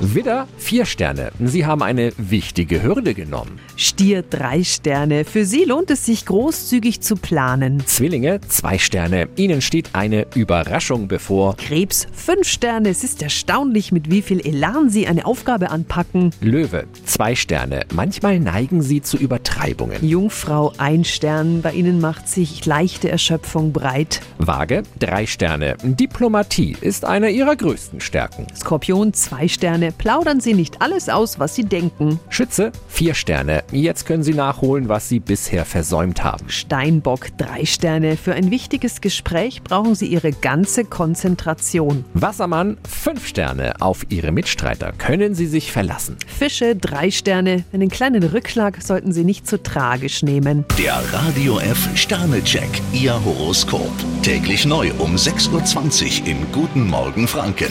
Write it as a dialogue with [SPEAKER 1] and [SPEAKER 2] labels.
[SPEAKER 1] Widder, vier Sterne. Sie haben eine wichtige Hürde genommen.
[SPEAKER 2] Stier drei Sterne. Für Sie lohnt es sich großzügig zu planen.
[SPEAKER 1] Zwillinge, zwei Sterne. Ihnen steht eine Überraschung bevor.
[SPEAKER 2] Krebs fünf Sterne. Es ist erstaunlich, mit wie viel Elan Sie eine Aufgabe anpacken.
[SPEAKER 1] Löwe, zwei Sterne. Manchmal neigen Sie zu Übertreibungen.
[SPEAKER 2] Jungfrau ein Stern. Bei Ihnen macht sich leichte Erschöpfung breit.
[SPEAKER 1] Waage, drei Sterne. Diplomatie ist eine Ihrer größten Stärken.
[SPEAKER 2] Skorpion zwei Sterne. Plaudern Sie nicht alles aus, was Sie denken.
[SPEAKER 1] Schütze, vier Sterne. Jetzt können Sie nachholen, was Sie bisher versäumt haben.
[SPEAKER 2] Steinbock drei Sterne. Für ein wichtiges Gespräch brauchen Sie Ihre ganze Konzentration.
[SPEAKER 1] Wassermann, fünf Sterne. Auf Ihre Mitstreiter können Sie sich verlassen.
[SPEAKER 2] Fische drei Sterne. Einen kleinen Rückschlag sollten Sie nicht zu tragisch nehmen.
[SPEAKER 3] Der Radio F Sternecheck, Ihr Horoskop. Täglich neu um 6.20 Uhr im Guten Morgen Franken.